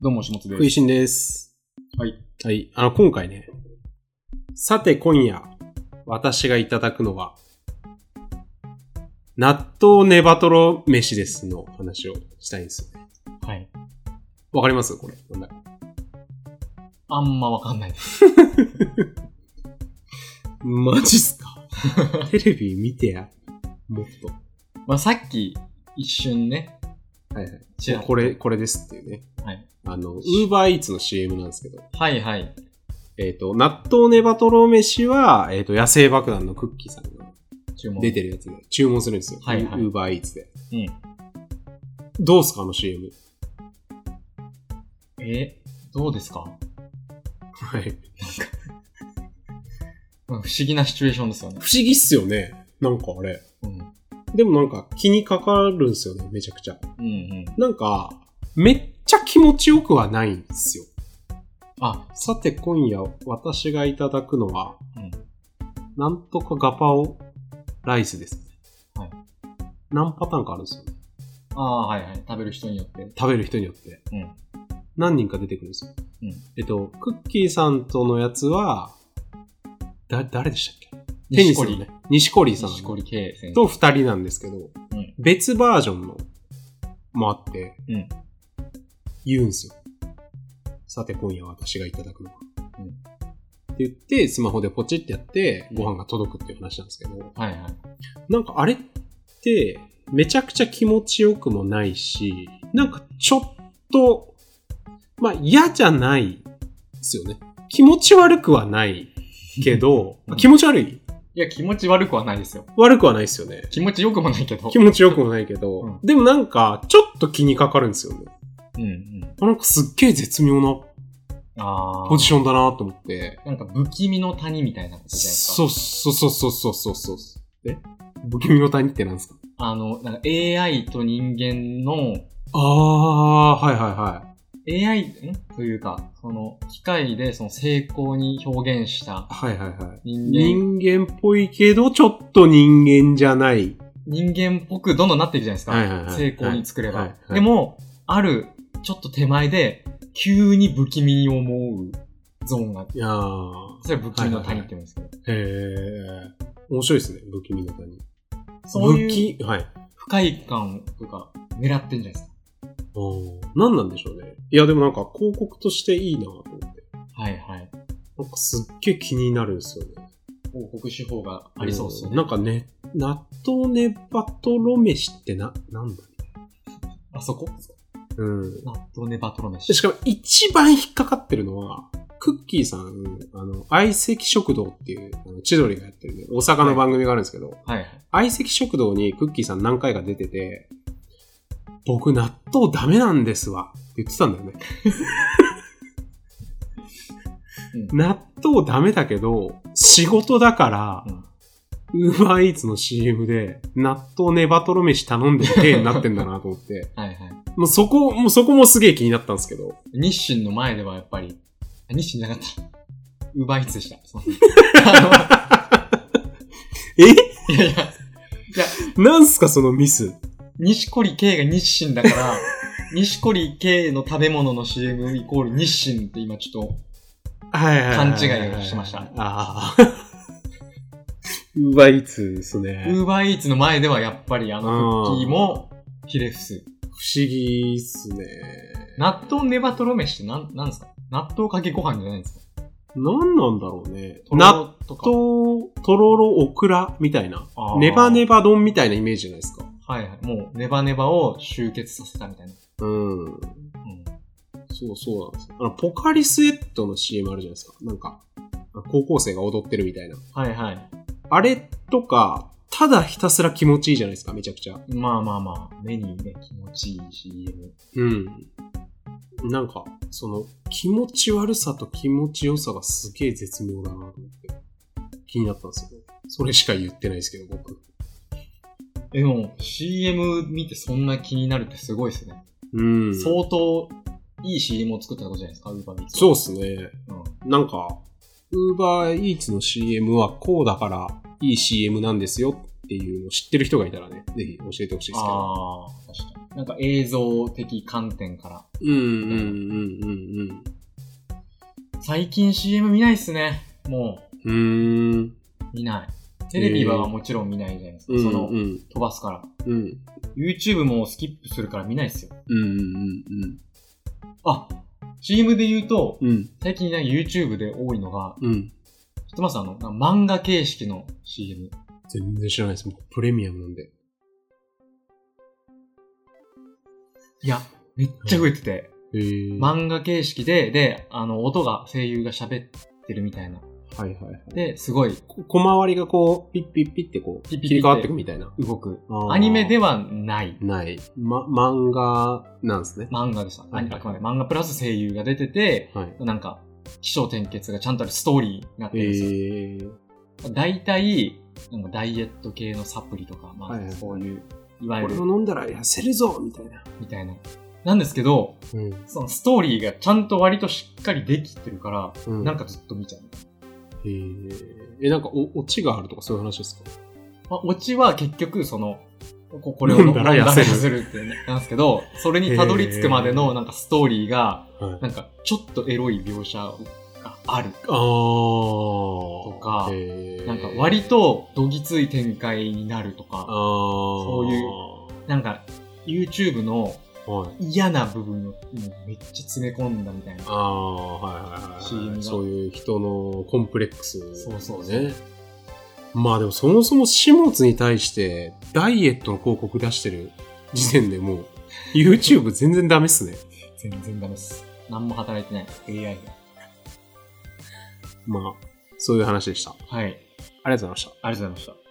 どうも、しもつで食いす。しんです。はい。はい。あの、今回ね、さて今夜、私がいただくのは、納豆ネバトロ飯ですの話をしたいんですよね。はい。わかりますこれ。なんだあんまわかんないです。マジっすか テレビ見てや。もっまあ、さっき、一瞬ね、と。はいはい。ちらっとこれ、これですっていうね。はい。あの、ウーバーイーツの CM なんですけど、はいはい。えっ、と、納豆ネバトロ飯は、えっ、と、野生爆弾のクッキーさんが注文。出てるやつで注文するんですよ。はいはいウーバーイーツで。うん。どうすかあの CM。え、どうですかはい。なんか不思議なシチュエーションですよね。不思議っすよね。なんかあれ。うん。でもなんか気にかかるんすよね、めちゃくちゃ。うんうん。なんか、めっちゃ気持ちよくはないんですよ。あ、さて今夜私がいただくのは、うん。なんとかガパオライスですね。はい。何パターンかあるんですよね。ああ、はいはい。食べる人によって。食べる人によって。うん。何人か出てくるんですよ。うんえっと、クッキーさんとのやつは、だ、誰でしたっけテニ西スの堀ね。西堀さん。西堀圭先生。と二人なんですけど、ん別バージョンのもあって、うん言うんすよ。さて今夜私がいただくのは。うんって言って、スマホでポチってやって、うんご飯が届くっていう話なんですけど、はいはい。なんかあれって、めちゃくちゃ気持ちよくもないし、なんかちょっと、まあ嫌じゃないですよね。気持ち悪くはないけど、うん気持ち悪いいや、気持ち悪くはないですよ。悪くはないですよね。気持ち良くもないけど。気持ちよくもないけど、うんでもなんか、ちょっと気にかかるんですよね。うんうん。なんかすっげえ絶妙なああ。ポジションだなと思って。なんか不気味の谷みたいなことじゃないですか。そうそうそうそうそうそうそう。え不気味の谷ってなんですかあの、なんか AI と人間の、ああ、はいはいはい。 AI んというか、その、機械でその成功に表現したはいはいはい。人間、人間っぽいけど、ちょっと人間じゃない。人間っぽくどんどんなっていくじゃないですか。はいはいはい成功に作れば。はいはいでも、ある、ちょっと手前で、急に不気味に思うゾーンがあって、いやー。それは不気味の谷って言うんですけど、へえ。面白いですね、不気味の谷。そういう不気、はい。不快感とか狙ってんじゃないですおー何なんでしょうね。いや、でもなんか広告としていいなと思って。か。はいはい。なんかすっげえ気になるんですよね。報告手法がありそうですよね。なんかね、納豆ネバトロ飯ってな、なんだあそこうん。納豆ネバトロ飯。しかも一番引っかかってるのは、クッキーさん、あの、相席食堂っていう、あの千鳥がやってるね、大阪の番組があるんですけど、はいはい。相席食堂にクッキーさん何回か出てて、僕納豆ダメなんですわって言ってたんだよねう。ん納豆ダメだけど、仕事だから、うんウーバーイーツの CM で、納豆ネバトロ飯頼んでる体になってんだなと思って、 はいはい。もうそこ、もうそこもすげえ気になったんですけど、日清の前ではやっぱり、あ日清じゃなかった。ウーバーイーツでした。 すいませんあのいやいや、なんすかそのミス。西堀圭が日清だから、西堀圭の食べ物の CM イコール日清って今ちょっはいはい勘違いをしてましたああ。 ウーバーイーツですと、ね。ウーバーイーツの前ではやっぱりあのクッキーもヒレフス。不思議っすね。納豆ネバトロ飯ってなん、なんですか納豆かけご飯じゃないんですかなんなんだろうね。とろろ納とか。豆、とろろオクラみたいな。あーネバネバ丼みたいなイメージじゃないですか。はいはい。もうネバネバを集結させたみたいな。うん。うん。そうそうなんですよ。あの、ポカリスエットの CM あるじゃないですか。なんか、高校生が踊ってるみたいな。はいはい。あれとか、ただひたすら気持ちいいじゃないですか、めちゃくちゃ。まあまあまあ、目にね、気持ちいい CM。うん。なんか、その、気持ち悪さと気持ちよさがすげえ絶妙だなと思って、気になったんですよね。それしか言ってないですけど、僕。でも、CM 見てそんな気になるってすごいですね。うんそ相う。当、いい CM を作ったことじゃないですか、ウーバービーツ。そうっすね。うん。なんか、ウーバーイーツの CM はこうだから、いい CM なんですよっていうのを知ってる人がいたらね、ぜひ教えてほしいですけど。ああ、確かに。なんか映像的観点から。うんうんうん最近 CM 見ないっすね。もうんうん。うーん。う、見ない。テレビはもちろん見ないじゃないですか。その、うんうん飛ばすから。うん YouTube もスキップするから見ないっすよ。うんうんあ、CM で言うと、うんうん最近なんか YouTube で多いのが、うん。ひとまさんの、なんか漫画形式の CM。全然知らないです。僕プレミアムなんで。いや、めっちゃ増えてて、へー漫画形式で、で、あの、音が声優が喋ってるみたいな。はいはいはい。で、すごいこ小回りがこう、ピッピッピッってこう、ピッピッピッて切り替わっていくみたいな。動く。あーアニメではないない。ま、漫画なんですね。漫画でした。はいあくまで漫画プラス声優が出てて、はい。なんか、起承転結がちゃんとあるストーリーになってるんですよ。えー。大体、なんかダイエット系のサプリとか、まはいはあ、いそういう、いわゆ俺る、も飲んだら痩せるぞみたいな。みたいな。なんですけど、うん。そのストーリーがちゃんと割としっかりできてるから、うん、なんかずっと見ちゃう。えー、え、なんかお、オチがあるとかそういう話ですかまあ、オチは結局、その、ここれを飲んだら痩せる飲んだら痩せるってなんですけど、それにたどり着くまでのなんかストーリーが、はい。なんかちょっとエロい描写がある。あー。とかえーなんか割、とどぎつい展開になるとあー。か、そういうなんか YouTube のう。はい。嫌な部分をめっちゃ詰め込んだみたいな。ああ、はいはいはい。 CM がそういう人のコンプレックス、そうそうそうね。まあでもそもそも始末に対してダイエットの広告出してる時点でもう YouTube 全然ダメっすね。全然ダメです。何も働いてない。AI が。まあ、そういう話でした。あはい。りがとうございました。ありがとうございました。